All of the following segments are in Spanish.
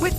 With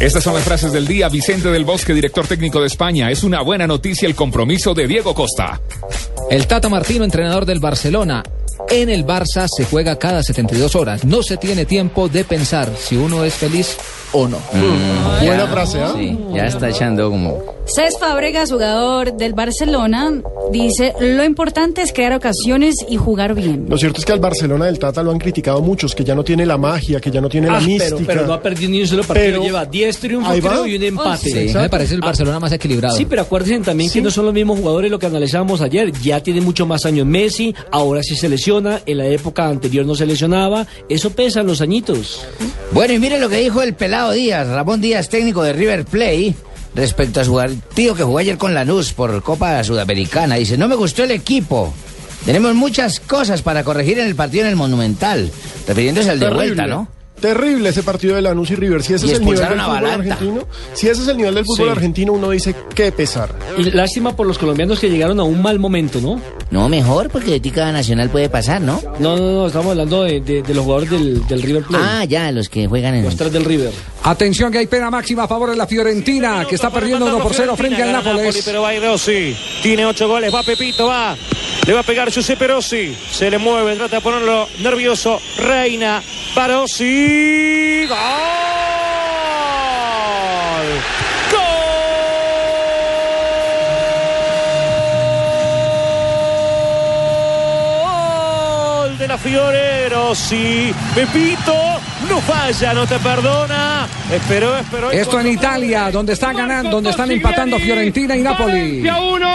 Estas son las frases del día. Vicente del Bosque, director técnico de España. Es una buena noticia el compromiso de Diego Costa. El Tata Martino, entrenador del Barcelona. En el Barça se juega cada 72 horas. No se tiene tiempo de pensar si uno es feliz o no. Ah, Buena frase, Sí, ya está Ah, echando como. Cés Fábregas, jugador del Barcelona, dice, lo importante es crear ocasiones y jugar bien. Lo cierto es que al Barcelona del Tata lo han criticado muchos, que ya no tiene la magia, que ya no Ah, tiene la mística. pero, pero no ha perdido ni un solo partido. Pero- Lleva 10 triunfos Ahí va. creo, y un empate. Sí, me parece el Ah, Barcelona más equilibrado. Sí, pero acuérdense también que no son los mismos jugadores lo que analizábamos ayer. Ya tiene mucho más años Messi, ahora sí se lesiona, en la época anterior no se lesionaba. Eso pesa en los añitos. Bueno, y miren lo que dijo el pelado Díaz, Ramón Díaz, técnico de River Play, respecto a su partido que jugó ayer con Lanús por Copa Sudamericana. Dice, no me gustó el equipo. Tenemos muchas cosas para corregir en el partido en el Monumental. Refiriéndose al de vuelta, ¿no? Terrible ese partido de Lanús y River. Si ese Y es el nivel del expulsaron a fútbol Balanta. argentino, si ese es el nivel del fútbol Sí. argentino, uno dice qué pesar. Y lástima por los colombianos que llegaron a un mal momento, ¿no? No, mejor, porque de ti cada nacional puede pasar, ¿no? No, no, no, estamos hablando de, de- de los jugadores del, del River Plate. Ah, ya, los que juegan en... Los tres del River. Atención que hay pena máxima a favor de la Fiorentina, que está perdiendo 1 por 0 frente al Nápoles. Pero va ahí Rossi, tiene ocho goles, va Pepito, va. Le va a pegar Giuseppe Rossi. Se le mueve, trata de ponerlo nervioso. Reina para Rossi. ¡Gol! ¡Gol! De la Fiore Rossi. Pepito no falla, no te perdona. Esperó, esperó. y Esto en cuando- Italia, donde están ganando, donde están empatando Fiorentina y Napoli. Valencia 1,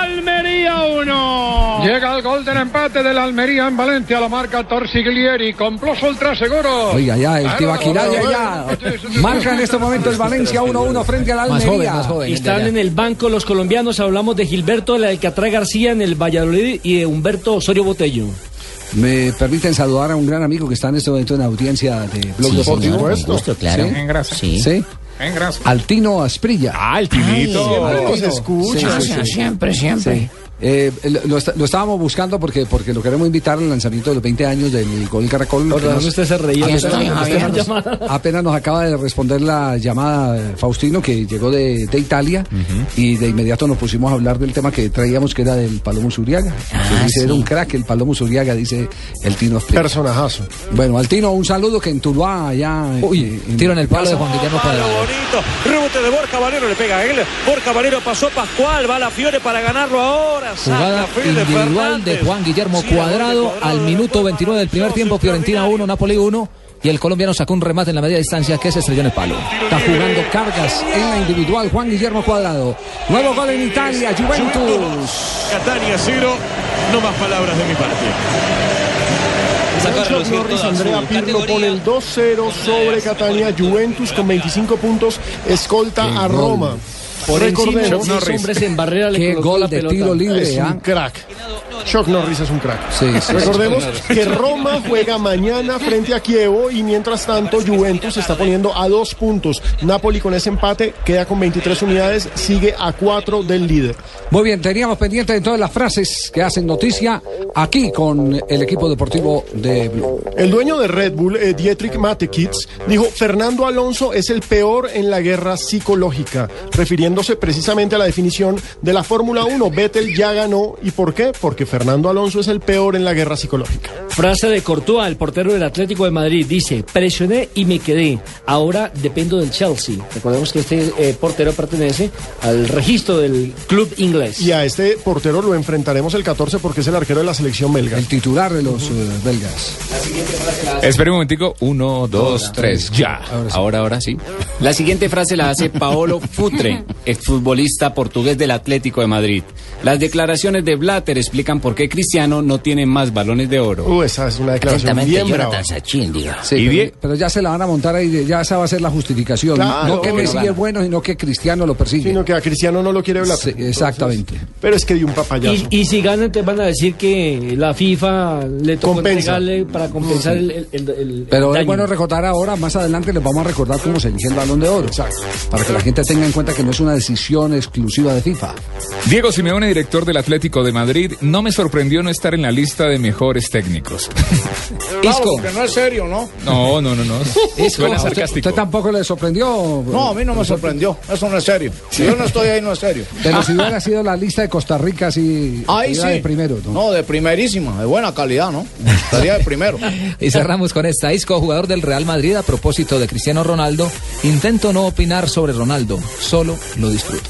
Almería 1. Llega el gol del empate del Almería en Valencia, lo marca Torsiglieri, con Ploso seguro. Oiga, ya, eh. el Tibaquirá ya, ya. Marca en este momento el Valencia 1-1 frente al Más joven, Almería. más joven. Y Están en el banco los colombianos, hablamos de Gilberto de Alcatraz García en el Valladolid y de Humberto Osorio Botello. Me permiten saludar a un gran amigo que está en este momento en la audiencia de Blog Sí, Deportivo. señor, con gusto, claro. Sí. Sí. Sí. Altino Asprilla. Ah, el tinito. Ay, nos Pues escucha. Sí, sí, sí. Siempre, siempre. Eh, lo, lo está- lo estábamos buscando porque, porque lo queremos invitar al lanzamiento de los 20 años del Gol Caracol. que nos- usted se reía. Aquí estoy, Javier. apenas nos acaba de responder la llamada eh, Faustino que llegó de, de Italia y de inmediato nos pusimos a hablar del tema que traíamos que era del Palomo Zuriaga. Ah, Se dice, sí. Era un crack el Palomo Zuriaga, dice el Tino Asprilla. Personajazo. Bueno, al Tino un saludo que en Tuluá allá... Uy, Tiro en el palo de Juan Guillermo Palo Cuadrado. bonito, rebote de Borja Valero, le pega a él. Borja Valero pasó Pascual, va a la Fiore para ganarlo ahora. saca Jugada Fede individual de Fernández. Juan Guillermo Sí, el gol de Cuadrado al minuto después 29 del primer Maravilloso, tiempo, Fiorentina 1, Napoli 1. Y el colombiano sacó un remate en la media distancia que se estrelló en el palo. Está jugando cargas en la individual Juan Guillermo Cuadrado. Nuevo gol en Italia, Juventus. Catania 0, no más palabras de mi parte. Sancho Flores, Andrea Pirlo con el 2-0 sobre Catania, Juventus con 25 puntos, escolta a Roma. Por encima de Recordemos, los hombres en barrera le Qué colocó gol la de pelota. tiro libre. es ¿ah? un crack. Shock Norris es un crack. Sí, sí, sí. Recordemos que Roma juega mañana frente a Kievo y mientras tanto Juventus se está poniendo a dos puntos. Napoli con ese empate queda con 23 unidades, sigue a cuatro del líder. Muy bien, teníamos pendiente de todas las frases que hacen noticia aquí con el equipo deportivo de Blue. El dueño de Red Bull, eh, Dietrich Matekids, dijo, Fernando Alonso es el peor en la guerra psicológica, refiriéndose precisamente a la definición de la Fórmula 1. Vettel ya ganó. ¿Y por qué? Porque Fernando Alonso es el peor en la guerra psicológica. Frase de Courtois, el portero del Atlético de Madrid, dice, presioné y me quedé, ahora dependo del Chelsea. Recordemos que este eh, portero pertenece al registro del club inglés. Y a este portero lo enfrentaremos el 14 porque es el arquero de la selección belga. El titular de los eh, belgas. Espera un momentico. Uno, dos, tres, ya. Ahora, ahora sí. La siguiente frase la hace Paolo Futre, exfutbolista portugués del Atlético de Madrid. Las declaraciones de Blatter explican por qué Cristiano no tiene más balones de oro. Uh, esa es una declaración bien brava. Sí, Y pero, bien- pero ya se la van a montar ahí, ya esa va a ser la justificación. Claro, no que obvio. Messi es bueno, sino que Cristiano lo persigue. Sino que a Cristiano no lo quiere hablar. exactamente. Pero es que dio un papayazo. Y, y si ganan, te van a decir que la FIFA le tocó Compensa. entregarle para compensar Sí. el, el- el- el Pero es daño. bueno recordar ahora, más adelante les vamos a recordar cómo se elige el balón de oro. Para que la gente tenga en cuenta que no es una decisión exclusiva de FIFA. Diego Simeone, director del Atlético de Madrid, no me sorprendió no estar en la lista de mejores técnicos. Claro, porque no es serio, ¿no? No, no, no, no. Suena ¿Usted- sarcástico. ¿Usted tampoco le sorprendió? No, a mí no me sorprendió. Eso no es serio. Si yo no estoy ahí, no es serio. Ah. Pero si hubiera sido la lista de Costa Rica, si Ahí sí. de primero. ¿no? de primerísima, de buena calidad, ¿no? Estaría de primero. Y cerramos con esta. Isco, jugador del Real Madrid, a propósito de Cristiano Ronaldo, intento no opinar sobre Ronaldo, solo lo disfruto.